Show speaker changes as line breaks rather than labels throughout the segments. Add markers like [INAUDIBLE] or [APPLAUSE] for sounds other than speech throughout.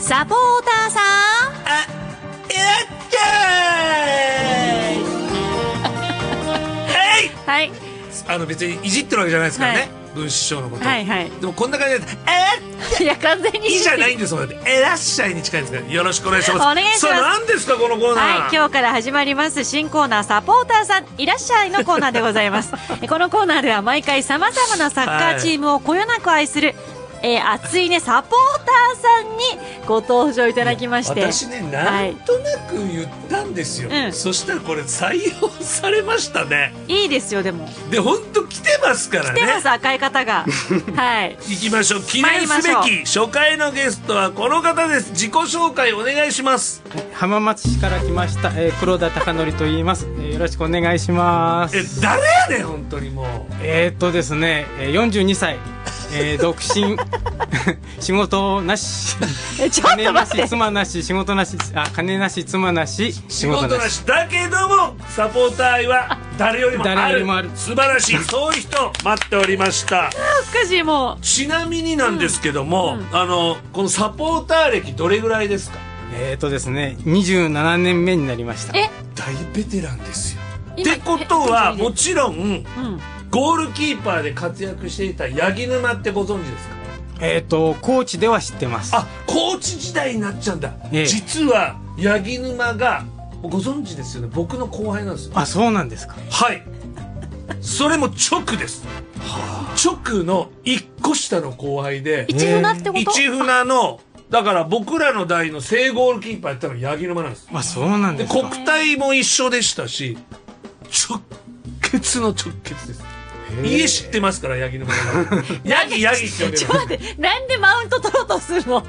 サポーターさん
あ、やっちゃーいえい
はい
あの別にいじってるわけじゃないですからね、
はい
文子師匠のこと、
はいはい
でもこんな感じで「え
いや完全に
いいじゃないいんですもんだってえらっしゃい」に近いですからよろしくお願いします
お願いします
さあ何ですかこのコーナー、
はい、今日から始まります新コーナーサポーターさんいらっしゃいのコーナーでございます
[LAUGHS]
えこのコーナーでは毎回さまざまなサッカーチームをこよなく愛する、えー熱いねサポーターさんにご登場いただきまして
私ねなんとなく言ったんですよ、
うん
そしたらこれ採用されましたね
いいですよでも
で本当来てますから
来てま
ね
す赤い方
[LAUGHS]
がはい
行きましょう記念すべ
参り
き初回のゲストはこの方です自己紹介お願いします
浜松市から来ました、えー黒田貴則と言います、えーよろしくお願いしま
え
す
誰やねん本当にもう
えー、っとですね、えー42歳、えー独身 [LAUGHS] 仕事なし
えちょっと
な
待っ
して妻なし仕事なしあ金なし妻なし仕
仕事なしだけどもサポーター愛は誰よりもある
誰よりもある
素晴らしいそういう人待っておりました
恥ずかしいもう
ちなみになんですけども、あのこのサポーター歴どれぐらいですか
えー、っとですね27年目になりました
え
大ベテランですよっ
今
てことは
え
もちろん
うん
ゴールキーパーで活躍していた八木沼ってご存知ですか
えー、っと高知では知ってます
あコーチ時代になっちゃうんだ、
ええ
実は八木沼がご存知ですよね僕の後輩なんですよ
あそうなんですか
はいそれも直です直の一個下の後輩で
一船ってこと
一船のだから僕らの代の正ゴールキーパーやったの八木沼なんです
あそうなん
で
ですか
国体も一緒でしたし直結の直結です
へー
家知ってますから八木沼がヤギヤギって呼ん
[LAUGHS]
で
ち
る
ょっと待ってなんでマウント取ろうとするの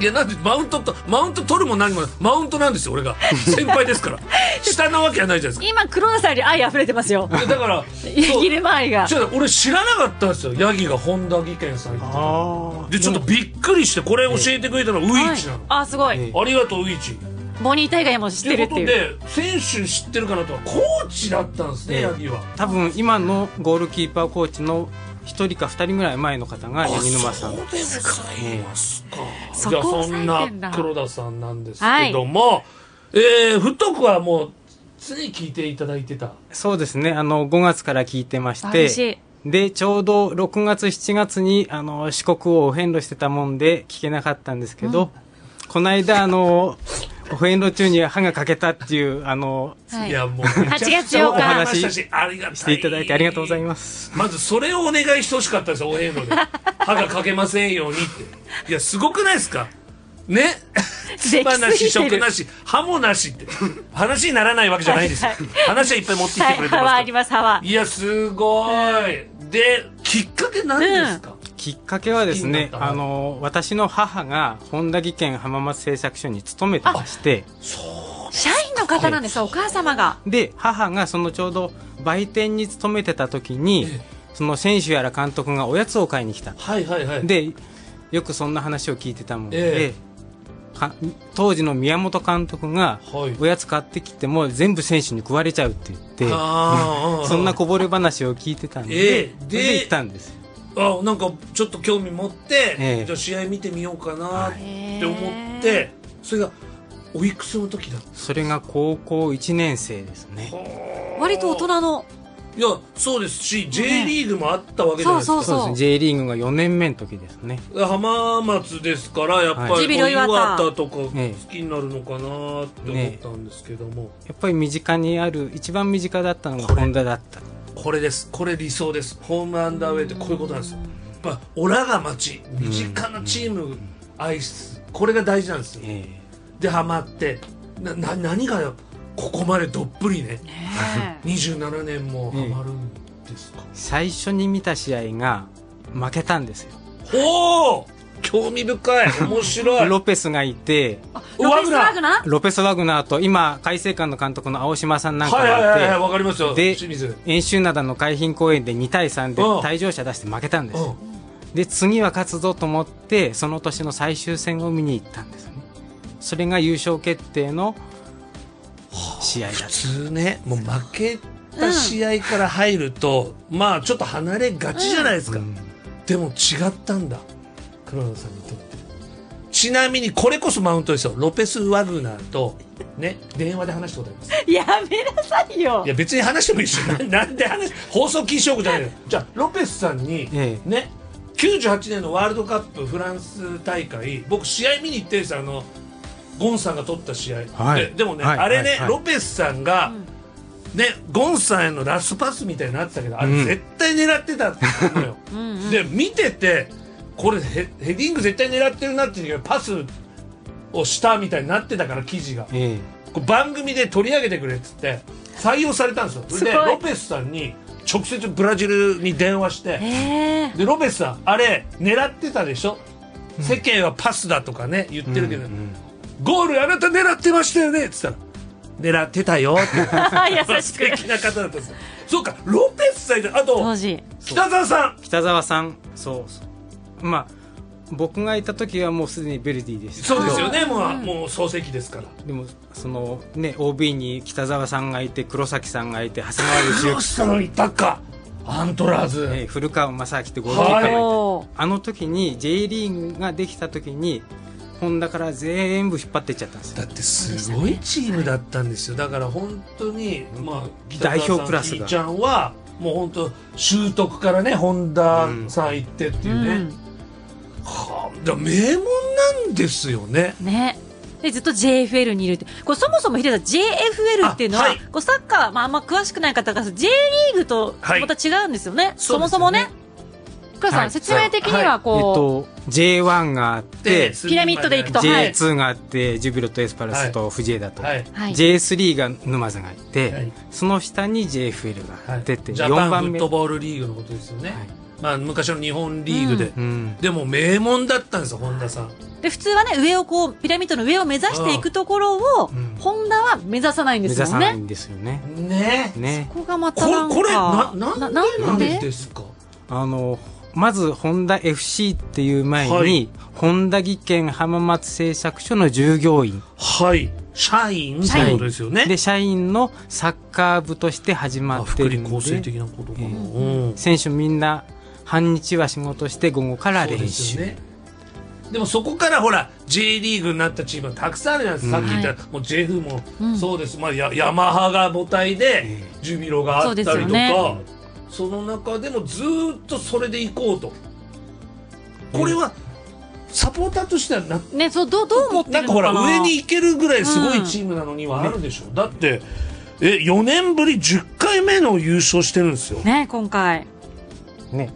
いやなんでマウントとマウント取るも何もないマウントなんですよ俺が先輩ですから下なわけはないじゃないで
今黒田さんに愛溢れてますよ
すかでだからそう
ギルマ愛が
ちょっと俺知らなかったんですよヤギが本田技研さん行ってた
あー
でちょっとびっくりしてこれ教えてくれたのはウイ
は
ッ
い
チなの、
あすごい、
え
ありがとうウイッチ
ボニー・タイガーも知
と
って
い
る
う
っ
こ
て
と
いう
で選手知ってるかなとはコーチだったんですね
ええ
ヤギは
多分今のゴールキーパーコーチの一人か二人ぐらい前の方が八木沼さん
そうでございますか。
そ
じゃあ
こを
そ
抑え
ん
てん
な
だ
黒田さんなんですけども、えー、太くはもう常に聞いていただいてた。、
そうですねあの5月から聞いてまし
あ
て
嬉し
でちょうど6月7月にあの四国をお遍路してたもんで聞けなかったんですけど、この間あのお遍路中に歯が欠けたっていうあの
い、はいい、
やもう8
月8日
ありがたい。
していただいてありがとうございますす
まずそれをお願いしてほしかったですよ、おえ
[LAUGHS]
ので。歯がかけませんようにって。いや、すごくないですかね妻なし、
[LAUGHS] できすぎてる
食なし、歯もなしって。話にならないわけじゃないですよ
はいは。
話はいっぱい持ってき
は
て
い
くれてます
歯
か
はあ
ら
り。ます歯はい
や、すごい。で、きっかけ何ですか、
きっかけはです
好き
ね
になった
あの私の母が本田技研浜松製作所に勤めてまして
社員の方なんですかお母様が
で母がそのちょうど売店に勤めてた時に、その選手やら監督がおやつを買いに来た
はいはいはい。
でよくそんな話を聞いてたもん
え
で、か当時の宮本監督が
はい
おやつ買ってきても全部選手に食われちゃうって言って
あー
そんなこぼれ話を聞いてたんで、
ええ
それ
で
で行ったんです
あなんかちょっと興味持って、
ええ
じゃあ試合見てみようかなって思っ
へ
て、それがおいくつの時だった
それが高校1年生ですね
割と大人
[LAUGHS]
の
いやそうですし J リーグもあったわけじゃないですか、
そう
そうですね J リーグが4年目の時ですね
浜松ですからやっぱ
はい
ジ
り
ビ
こ
ロ
う
岩
岩
田
田とか好
ええ
きになるのかなって思ったんですけども、
やっぱり身近にある一番身近だったのが本田だった
これですこれ理想ですホームアンダーウェイってこういうことなんですやっぱオラが街身近なチーム愛すこれが大事なんですよ
え
でハマってなな何がよここまでどっぷりね
ねえ
27年もハマるんですか
え、最初に見た試合が負けたんですよ
おお興味深い面白 [LAUGHS] い
ロペスがいて
ロペスワグナー
ロペス・ワグナーと今海星館の監督の青島さんなんか
はいはい
がい
は
て、
いはいわかりますよ
で
清水
演習灘の海浜公園で2対3で
うん
退場者出して負けたんです
うん
よで次は勝つぞと思ってその年の最終戦を見に行ったんですねそれが優勝決定の試合だっ
普通ねもう負けた試合から入ると、まあちょっと離れがちじゃないですか、
た、うん
でも違ったんだ黒田さんにとってちなみにこれこそマウントですよロペス・ワグナーとね電話で話したことあります
やめなさいよ
いや別に話してもいい [LAUGHS] しななんで話放送禁止用語じゃないのじゃあロペスさんに、
ええ
ね98年のワールドカップフランス大会僕試合見に行ってるんですよあのゴンさんが取った試合、
はい
ででもね、
はい
あれね、
はいはい
ロペスさんが、ねゴンさんへのラストパスみたいになってたけどあ
う
れ
ん
絶対狙ってたの [LAUGHS] よ、
うんうん
で見ててこれヘヘディング絶対狙ってるなっていうパスをしたみたいになってたから記事が
ええ
こう番組で取り上げてくれっつって採用されたんですよそれです
ごい
ロペスさんに直接ブラジルに電話して
えー
でロペスさんあれ狙ってたでしょ世間はパスだとかね言ってるけど、ゴールあなた狙ってましたよねっつったら狙ってたよって
[LAUGHS] 優し
素
く
敵な方だったんですよそうかロペスさんじゃあと
当時
北澤さん
北沢さんそうそうまあ僕がいた時はもうすでにベルディでした
そうですよねもう,、もう漱石ですから
でもそのね OB に北沢さんがいて黒崎さんがいて長谷
黒
川
木
義
さんいたかアントラーズ、
行、ええ古川正明ってゴールキーパーがいて、
はい
おー
あの時に J リーグができた時に本田から全部引っ張っていっちゃったんですよ
だってすごいチームだったんですよだから本当に、まあ、北澤さん
代表クラスが
ひーちゃんはもう本当習得からね本田さん行ってっていうね、はあ、だから名門なんですよね
うんねでずっと JFL にいるってこれそもそもヒデさん JFL っていうのは
あはい
こうサッカー、まあ、あんま詳しくない方からすると J リーグと
はい
また違うんですよね、そう
そですよね
もそもね倉さん、
はい
説明的にはこう、
えっと J1 があって
ピラミッドで行くとはい
J2 があってジュビロとエスパルスと藤枝と、
はい、
はい
J3 が沼津がいて、
はい
その下に JFL
は
が
い、
出て、
ジャ
4
パンフ
番
ッ
目、
トボールリーグのことですよね、
はい
まあ、昔の日本リーグで、
うん、
でも名門だったんですよ本田さん
で普通はね上をこうピラミッドの上を目指していくところを、
うん
ホンダは目指さないん
目
で
指
すも
さ
ん
ない
ね
んですよね。
ね
ね、
ここがま
こ
た
れ
なんか
これなな
なん
で
な
なんん
で
ですか
あのまずホンダ FC っていう前に、
はい
ホンダ技研浜松製作所の従業員
はい社員ってことですよね
で社員のサッカー部として始ま
あ
って
福
る
利
ん
厚生
で
的なことか
え
な、
え
うん
選手みんな半日は仕事して午後から
そう
練
です
習
よねでもそこからほら J リーグになったチームはたくさんあるじゃないですか、さっき言った、もうジェフも
うん
そうです、まあ、やヤマハが母体で、
ええ
ジュビロがあったりと
そ
か
うで
そ,、
すよね
の中でもずーっとそれで行こうとこれはサポーターとしてはな
ねそうどうどう思って
な
る
ん
の
か
か
ほ
な
ら上に行けるぐらいすごいチームなのにはあるでしょ、だってえ4年ぶり10回目の優勝してるんですよ
ね今回
ね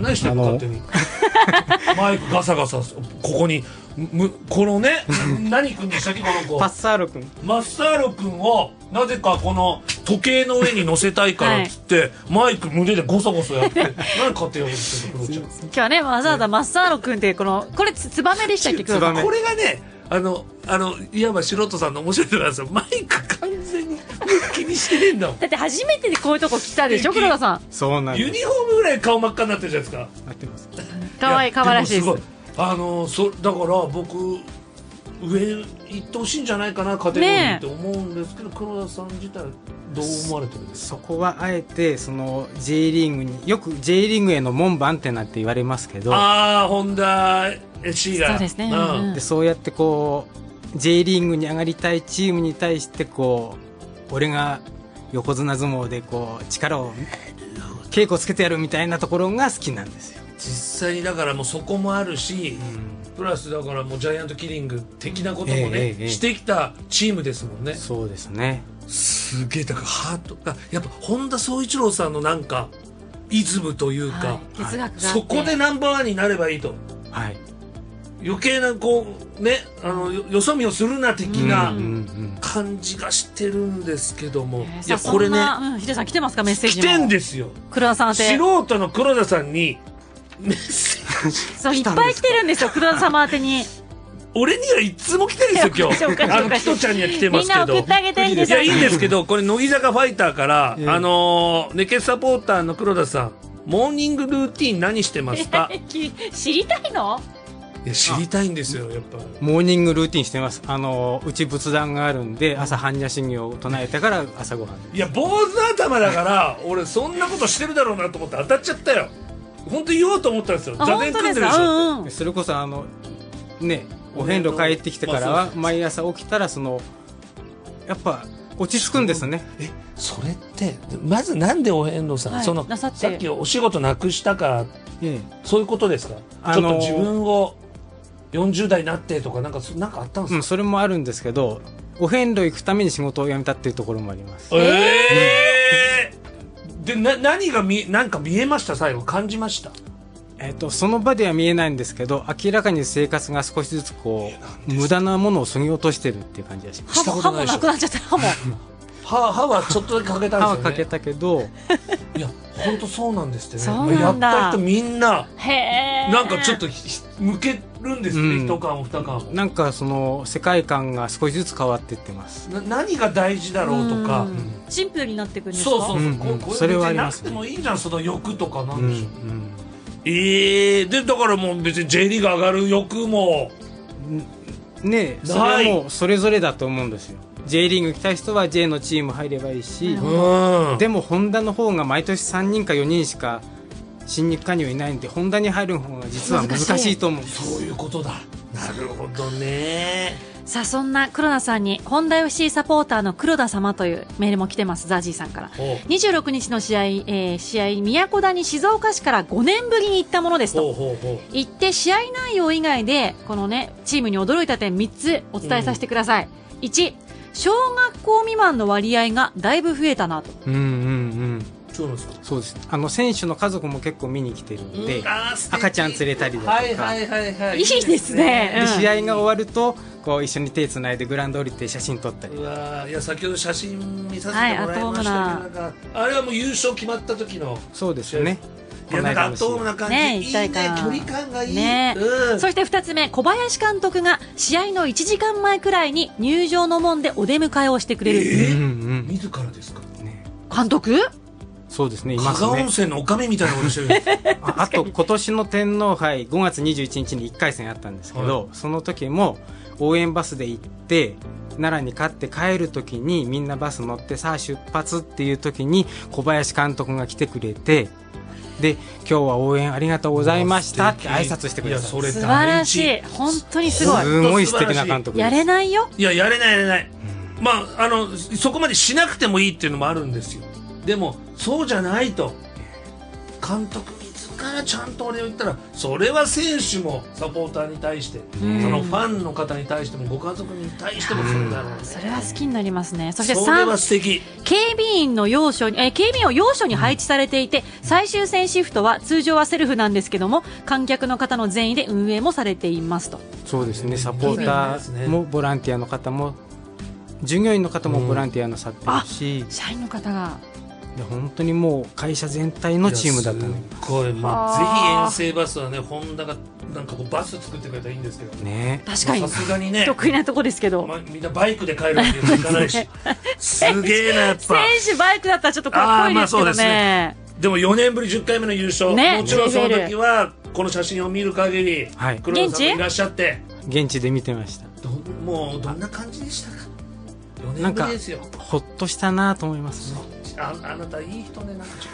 何してんの
あの
勝手に [LAUGHS] マイクガサガサここにむこの
[LAUGHS]
ね何君でしたっけこの子
パッサーロ君
マッサーロ君をなぜかこの時計の上に乗せたいからっつって、マイク胸でゴソゴソやって
[LAUGHS]
何勝手にやろうとしてんのクロちゃん
今日はねわざわざマッサーロ君っていうこのこれツツバメでしたっけ黒田さん
ツバメ
これがねあのあのいわば素人さんの面白いところなんですよマイク完全に気にしてねえんだもん
だって初めてこういうとこ来たでしょ
素敵
黒田さん
そうなんで
ユ
す
ニフォームぐらい顔真っ赤になってるじゃないですか
なってます
かわいいかわらしいです
やもごいあのそだから僕上行ってほしいんじゃないかなカテゴリーって思うんですけど、黒田さん自体どう思われてるんですか
そこはあえてその J リーグによく J リーグへの門番ってなって言われますけど
ああホンダ FC が
そうですね
う
うん
ん
でそうやってこう J リーグに上がりたいチームに対してこう俺が横綱相撲でこう力を稽古つけてやるみたいなところが好きなんですよ。
実際にだからもうそこもあるし、プラスだからもうジャイアントキリング的なこともね、
ええええ
してきたチームですもんね
そうですね。
すげえだからハートがやっぱ本田宗一郎さんのなんかイズムというか、
はい哲学があって
そこでナンバーワンになればいいと
はい。
余計なこうねあのよよそ見をするな的
う
なん
うん
感じがしてるんですけど
え
も、
ー
いや
さあ
これね
そんなうんヒデさん来てますかメッセージ
来
も
てんですよ
黒田さん宛て
素人の黒田さんにメッセージ
そういっぱい来てるんですよ黒田様宛て
[LAUGHS]
に
俺にはいつも来てるんですよ
いやお
今
かしいおかしい
日あのキトちゃんには来てま
みん
すけ
な
ど
送ってあげていいで
い
すよ
やいいんですけどこれ乃木坂ファイターから、
ええ
あのー熱血サポーターの黒田さんモーニングルーティン何してま
[LAUGHS]
すか
き知りたいの
いや知りたいんですよやっぱ
モーニングルーティンしてます。あの、うち仏壇があるんで、朝般若心経を唱えてから朝ごはん。
いや坊主頭だから俺そんなことしてるだろうなと思って当たっちゃったよ本当言おうと思ったんですよ
あ
座
本
禅
当です
組んでるでし
か、
ょ
うんうん、
それこそあのねお遍路帰ってきてから
まあ
は
そう
毎朝起きたらそのやっぱ落ち着くんですね
えそれってまずなんでお遍路さん、
はい
その
なさって
さっきお仕事なくしたから
え
そういうことですか、
あのー
ちょっと自分を40代になってとかなんかそなんかあったん
えう
で
ん、
す
それもあるんですけどお遍路行くために仕事を辞めたっていうところもあります
か、ええーでな何が見えなんか見えました最後感じました
えっとその場では見えないんですけど明らかに生活が少しずつこう無駄なものを削ぎ落としてるっていう感じがします
した
歯
こ
も
と
歯
ない
も
でしょ
なくなっちゃった歯
[LAUGHS]
も
歯歯はちょっとだけかけたんです
歯
よ、ね、
はかけたけど、
いや本当そうなんですってね
そうなんだ
やった人みんな
へえ
なんかちょっとひひ向けるんですね、
うん
一缶も二缶も
なんかその世界観が少しずつ変わっていってます。
な何が大事だろうとか、
んシンプルになってくるんですか
そうそうそう、
うん
こうこう
それはあります
別になくてもいいじゃんその欲とかな
うんん
でしょう、ええでだからもう別に J リーグ上がる欲も
うんねえそ
ない
れはもうそれぞれだと思うんですよ。J リーグ来た人は J のチーム入ればいい
な
し、
るほ
うん
でもホンダの方が毎年3人か4人しか新日加入いないんで、ホンダに入る方が実は難しいと思うんです。
そういうことだなるほどね
さあそんな黒田さんに本田 FC サポーターの黒田様というメールも来てますザジーさんから
ほう
26日の試合、えー試合宮古谷静岡市から5年ぶりに行ったものですと
ほうほうほ
行って試合内容以外でこのねチームに驚いた点3つお伝えさせてください、1小学校未満の割合がだいぶ増えたなと
うんうんうん。
うそうなんですか
そうです。あの選手の家族も結構見に来てるんで、
あー素敵
赤ちゃん連れたりだとか
はいはいはいはい
いいですね
で
うん
試合が終わるとこう一緒に手つないでグラウンド降りて写真撮ったり
う。わーいや先ほど写真見させてもらいました
はいアッ
けど、
トホームな
なんかあれはもう優勝決まった時の
そうですね。
いやなんかアットホーム
この
な
間の
感じ、
ね
いい
一
ね
体
距
感
離感がいい、
ね
うん、
そして2つ目小林監督が試合の1時間前くらいに入場の門でお出迎えをしてくれる
え
試合
ー
うん
自らですか
うんね
監督
そうですね、い
加
ます [LAUGHS]
賀温
ね。
泉のおかみみたいなことしてる
ああと、今年の天皇杯、5月21日に1回戦あったんですけど、その時も、応援バスで行って、奈良に勝って帰る時に、みんなバス乗って、さあ出発っていう時に、小林監督が来てくれて、で、今日は応援ありがとうございましたって挨拶してくれたんです。
いやそれ
素晴らしい本当にすごい
すごい素敵な監督です。
やれないよ
いややれないやれない、まああのそこまでしなくてもいいっていうのもあるんですよでもそうじゃないと監督自らちゃんと俺を言ったらそれは選手もサポーターに対して、
ん
そのファンの方に対してもご家族に対してもそうだろうね、
それは好きになりますねそして
それ
3
は素敵
警備員の要所に、えー警備員を要所に配置されていて、最終戦シフトは通常はセルフなんですけども、観客の方の善意で運営もされていますと。
そうですね、サポーターもボランティアの方も、従業員の方もボランティアなさってるし、
社員の方が。
で本当にもう会社全体のチームだった
い
ね
や。すっごい、まあ、
あー
ぜひ遠征バスはねホンダがなんかこうバス作ってくれたらいいんですけど
ね
確かに
まあ。さすがにね
得意なとこですけど。
まあ、みんなバイクで帰るわけにはいかな
[LAUGHS]
いしすげえなやっぱ
選手バイクだったらちょっとかっこいいですけど
あーまあそうです
ね。
でも4年ぶり10回目の優勝、
ね
もちろんその時はこの写真を見る限り、
はい
黒田さんもいらっしゃって
現地で見てました。
どんもうどんな感じでしたか4年
なん
ぶ
か
りですよ
ほっとしたなと思いますね。
ああなたいい人ねなんかちょ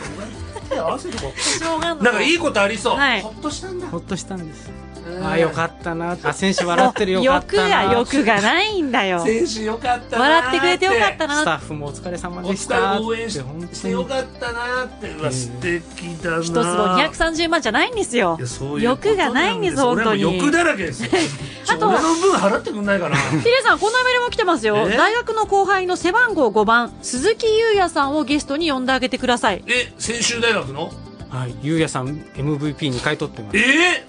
っと手合わせて
[LAUGHS]
こう
しょうが
なんかい
い
いことありそう、
はい
ほっとしたんだ
ほっとしたんです。
うん
ああよかったな。あ選手笑ってるよかっ
欲
たな。
が、欲がないんだよ。
選手よかったなー
笑ってくれてよかった
スタ
な。
ッフもお疲れ様
お
でし
疲れ
た。
応援し
って本当に
してよかったなーってうわ素敵だなー
一坪230万じゃないんですよ
いや。そういうこと
欲がないんです、本当に。
俺はもう欲だらけですよ
[LAUGHS] あと
俺の分払ってくんないかな
ヒ
[LAUGHS]
デさん、こんなメールも来てますよ。
え
大学の後輩の背番号5番、鈴木優也さんをゲストに呼んであげてください。
え専修大学の
はい。ゆうやさん MVP2 回取ってます。
えー、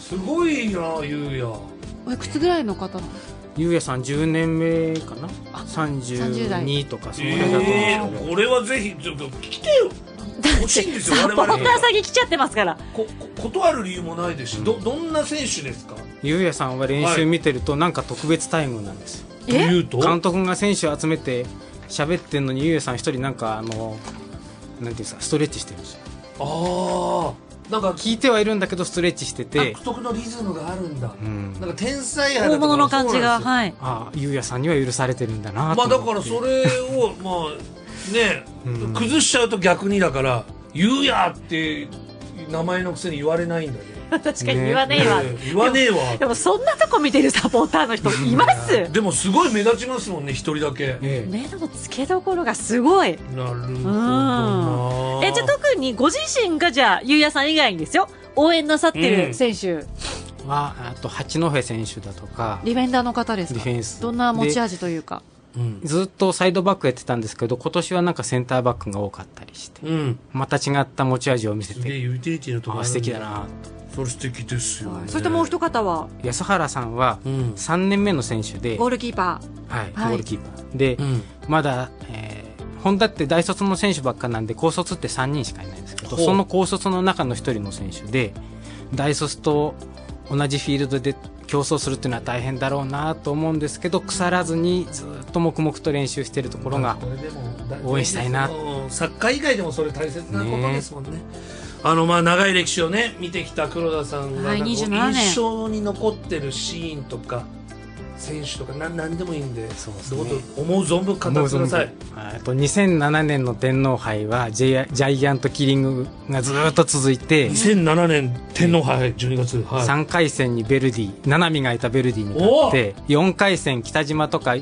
すごいなゆうや
おいくつぐらいの方なの
ゆうやさん10年目かな
あ
?32 とかその辺だと思うんです
え
けど。
ー、これはぜひちょっと来てよ欲しいんですよ
サ
我
ポーター
々に
詐欺来ちゃってますから。
ここ断る理由もないですしどどんな選手ですか
ゆうやさんは練習見てるとなんか特別待遇なんですよ、
というと
監督が選手を集めて喋ってんのにゆうやさん一人なんかあのなんていうんですかストレッチしてるんですよ
ああなんか
聞いてはいるんだけどストレッチしてて
独特のリズムがあるんだ、
ん
なんか天才肌と
大
かも
物の感じが、
そうなんですよ
はい。
ああゆうやさんには許されてるんだなと
ま
思
あ
って
だからそれをまあね、
うん
崩しちゃうと逆にだから「言うや!」って名前のくせに言われないんだ
確かに言わね
け
え
ど、
わ、
ええ言わねえわ
でもそんなとこ見てるサポーターの人います
でもすごい目立ちますもんね一人だけ
ええ
目の付けどころがすごい
なるほど
うん
な
えじゃあ特にご自身がじゃあゆうやさん以外にですよ応援なさってる選手、
はあと八戸選手だとか
ディフェンダーの方です
ディ
か
フェンス
どんな持ち味というか
うん
ずっとサイドバックやってたんですけど今年はなんかセンターバックが多かったりして
うん
また違った持ち味を見せ
すげえ
て
ユーティリティのとこあ
ああ
るん
素敵だな
それ素敵ですよ、ね
そしてもう一方は
と安原さんは
うん
3年目の選手で、
ゴー
はい、
ルキーパ
ゴールキーパーで、
うん
まだ、えー、本田って大卒の選手ばっかなんで高卒って3人しかいないんですけど
ほう
その高卒の中の1人の選手で大卒と同じフィールドで競争するっていうのは大変だろうなと思うんですけど腐らずにずっと黙々と練習してるところが
それでも大
応援したいな
うんサッカー以外でもそれ大切なことですもんねあのまあ長い歴史をね見てきた黒田さんが、
はい
なんか
27
こう
年
印象に残ってるシーンとか選手とかなん何でもいいんで
そうです
ど
ね
うぞ思う存分語ってください
あーと2007年の天皇杯はジャイジャイアントキリングがずーっと続いて
2007年天皇杯12月はい
3回戦にベルディ七海がいたベルディに勝って4回戦北島とかえ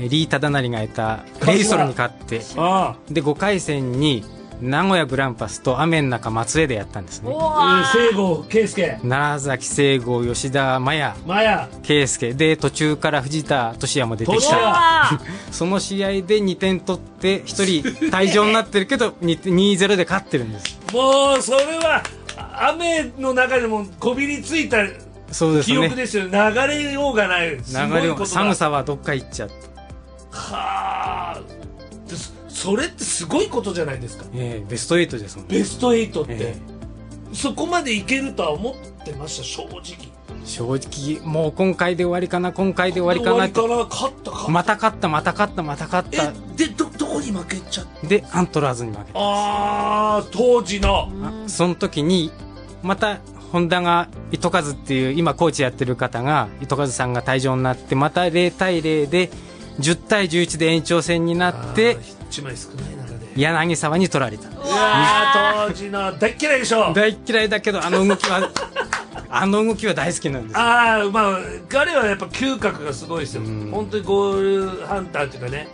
ーリー・タダナリがいたレイソルに勝って
あ
で5回戦に名古屋グランパスと雨の中松江でやったんです
ー
ね
お
あ、え
ー
ー、聖郷圭介
奈良崎聖吾吉田麻也
マヤ
圭介で途中から藤田俊也も出てき
俊
た
哉
あー
その試合で2点取って1人退場になってるけど [LAUGHS] 2-0で勝ってるんです
もうそれはあ雨の中でもこびりついた
そうです
記憶
ね
ですよ、流れようがないすごい
流れ
ことだ
を寒さはどっか行っちゃって、
はあでそそれってすごいことじゃないですか
ええベスト8ですもんね
ベスト8って、
え
そこまでいけるとは思ってました正直
正直もう今回で終わりかな今回で終わりかなって
終わりかな勝ったか
また勝ったまた勝ったまた勝った
えでどどこに負けちゃった
でアントラーズに負けた
あー当時の
うん
その時にまたホンダが糸数っていう今コーチやってる方が糸数さんが退場になってまた0対0で10対11で延長戦になって
1枚少ない中でい
柳沢に取られた
やー当時の大っ嫌いでしょ
大嫌いだけどあの動き
[LAUGHS]
はあの動きは大好きなんです
ああまあ彼はやっぱ嗅覚がすごいですよ、
うん
本当にゴールハンターっていうかね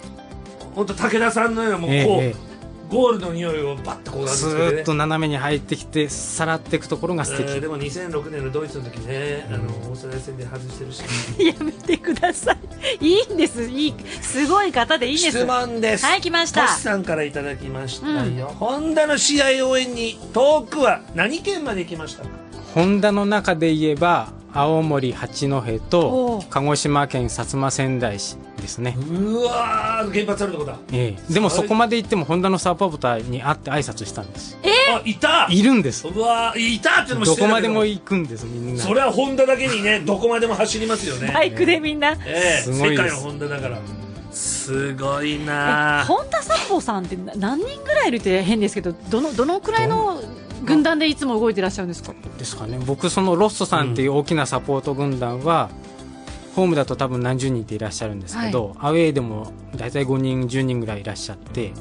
本当武田さんのようなもうこう、
ええええ
ゴールの匂いをバッとこう
ず
て
ーっと斜めに入ってきてさらっていくところが素
えー
敵
でも2006年のドイツの時ね、あのオーストラリア戦で外してるし
やめてくださいいいんですいいすごい方でいいんです
質問です
はい来ました
トシさんからいただきましたよ、ホンダの試合応援に遠くは何県まで行きましたか
ホンダの中で言えば青森八戸
お
と
う
鹿児島県薩摩川内市ですね
うわー原発あるとこだ、
ええ、でもそこまで行ってもホンダのサポーターに会って挨拶したんです
あいた
いるんです
うわーいたっていうのも知
ど
ってた
こ
け
までも行くんですみんな
それはホンダだけに [LAUGHS] ねどこまでも走りますよね、
バイクでみんな、
ええ
すごい
世界
です
のホンダだからすごいなあ
本田サッポーさんってな何人ぐらいいるって変ですけどどのどのくらいの軍団でいつも動いてらっしゃるんですか
ですかね僕そのロッソさんっていう大きなサポート軍団は、ホームだと多分何十人っていらっしゃるんですけど、アウェーでも大体5人10人ぐらいいらっしゃって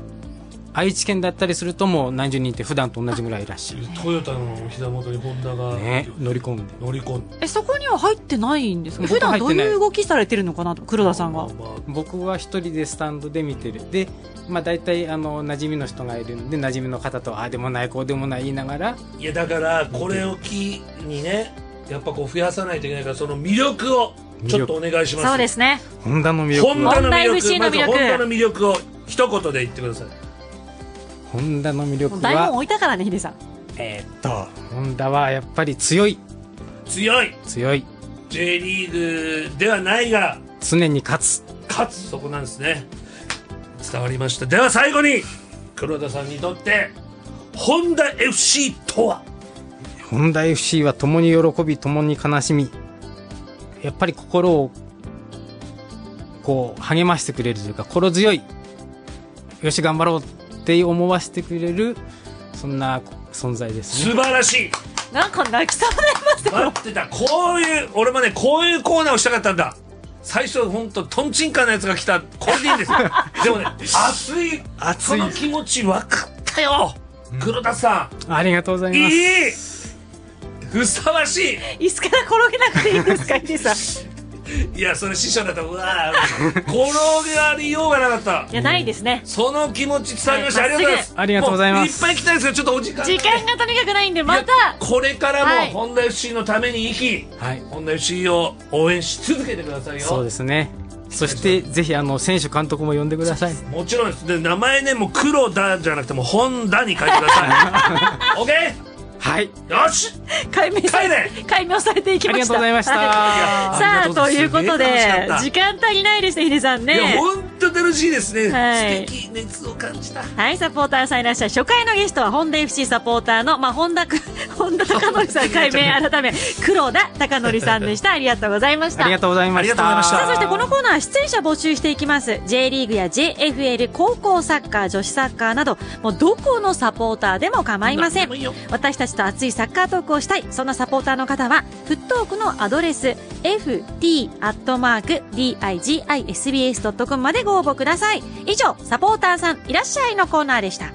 愛知県だったりするともう何十人って普段と同じぐらいいらっしゃる
トヨタの膝元にホンダが
ね乗り込んで
乗り込んで
えそこには入ってないんですか
僕
普段どう
入って
い
な
う
い
動きされてるのかなと黒田さんが
まあまあ
僕は一人でスタンドで見てるでまあ大体あの馴染みの人がいるんで馴染みの方とああでもないこうでもない言いながら
いやだからこれを機にねやっぱこう増やさないといけないからその魅力をちょっとお願いします
そうですね
ホンダの魅
ホン
力は
ダ
ホ
の魅
ンダ FC
力
の
ま
魅
ず
力
ホンダの魅力を一言で言ってください
ホンダの
も
魅
う
力
台本
は
置いたからねヒデさん
えーっとホンダはやっぱり強い
強い
強い
J リーグではないが
常に勝つ
勝つそこなんですね伝わりましたでは最後に黒田さんにとってホンダ FC とは
ホンダ FC は共に喜び共に悲しみやっぱり心をこう励ましてくれるというか心強いよし頑張ろうって思わせてくれるそんな存在ですね
素晴らしい
なんか泣きそうになります
[LAUGHS] 待ってたこういう俺もねこういうコーナーをしたかったんだ最初本当とんちんかンのやつが来
[LAUGHS]
たこれでいいんですよでもね熱い
熱
そ
い
の気持ち分かったよ黒田さ
ありがとうござ
ん、
い
い
ます。
いふさわし
椅子から転げなくていいんですか、ヒデさん。
いいやそれ師匠だとうわー転がりようがなかった
いや、ないですね。
その気持ち伝わりました、
はい
ありがとうございます
ありがとうござい
もう
ます
いっぱい来たんですけどちょっとお時間
時間がとにかくないんで、また、
これからも
はい
本田 FC のために生き、
はい。
本田 FC を応援し続けてくださいよ
そうですね。そして、ぜひ、あの、選手、監督も呼んでください。
もちろんですで名前ねもう黒田じゃなくてもう本田に書いてくださ
[LAUGHS]
いオッケ
はい。
ーよし
解明され
帰、
解明されていき
あ
ま
り
した。
がとうございまし
は
た。
いさ
あ
あ、
りがと
と
う
いうこと
すげえ
で
楽、し
時
かっ
間足りないですね、ヒデさん
たいや
ね。
本当楽しいですね、
はい
素敵熱を感じた
はい、サポーターさんいらっしゃい。初回のゲストは、本田 FC サポーターの、まあ、本田く、 [LAUGHS] 本田隆則さん、改名改め、黒田隆則さんでした。ありがとうございました。
ありがとうございまし
あ
た。
りがとうございました
さあそしてこのコーナーは出演者募集していきます J リーグや JFL 高校サッカー女子サッカーなどもうどこのサポーターでも構いませ
何で
ん
もいいよ
私たちと熱いサッカートークをしたいそんなサポーターの方はフットークのアドレス ft.digisbs.com までご応募ください以上サポーターさんいらっしゃいのコーナーでした